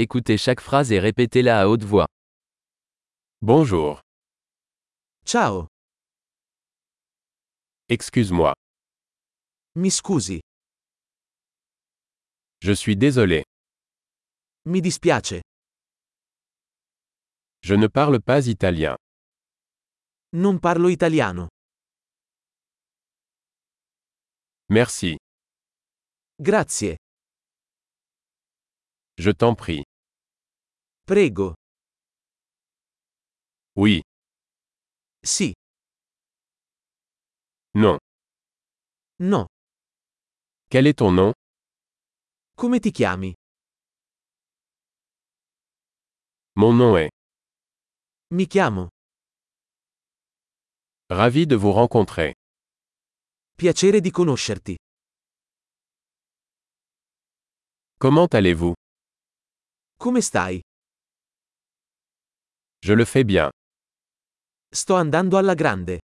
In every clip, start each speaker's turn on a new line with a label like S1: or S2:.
S1: Écoutez chaque phrase et répétez-la à haute voix.
S2: Bonjour,
S3: Ciao,
S2: excuse-moi,
S3: mi scusi,
S2: je suis désolé,
S3: mi dispiace,
S2: je ne parle pas italien.
S3: non parlo italiano.
S2: Merci,
S3: Grazie,
S2: je t'en prie.
S3: prego,
S2: Oui,
S3: sì,
S2: non.
S3: no,
S2: Quel est ton nom
S3: come ti chiami?
S2: Mon nom est.
S3: Mi chiamo,
S2: Ravi de vous rencontrer.
S3: piacere di conoscerti.
S2: Comment allez-vous
S3: Come stai?
S2: Je le fais bien.
S3: Sto andando alla grande.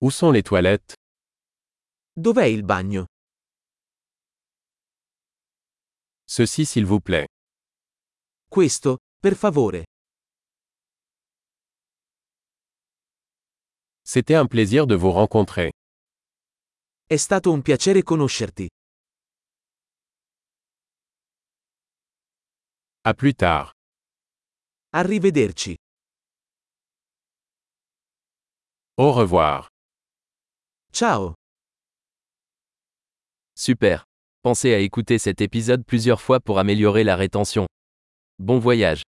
S2: Où sont les toilettes
S3: Dov'è il bagno?
S2: Ceci s'il vous plaît.
S3: Questo, per favore.
S2: C'était un plaisir de vous rencontrer.
S3: È stato un piacere conoscerti.
S2: À plus tard.
S3: Arrivederci.
S2: Au revoir.
S3: Ciao.
S1: Super. Pensez à écouter cet épisode plusieurs fois pour améliorer la rétention. Bon voyage.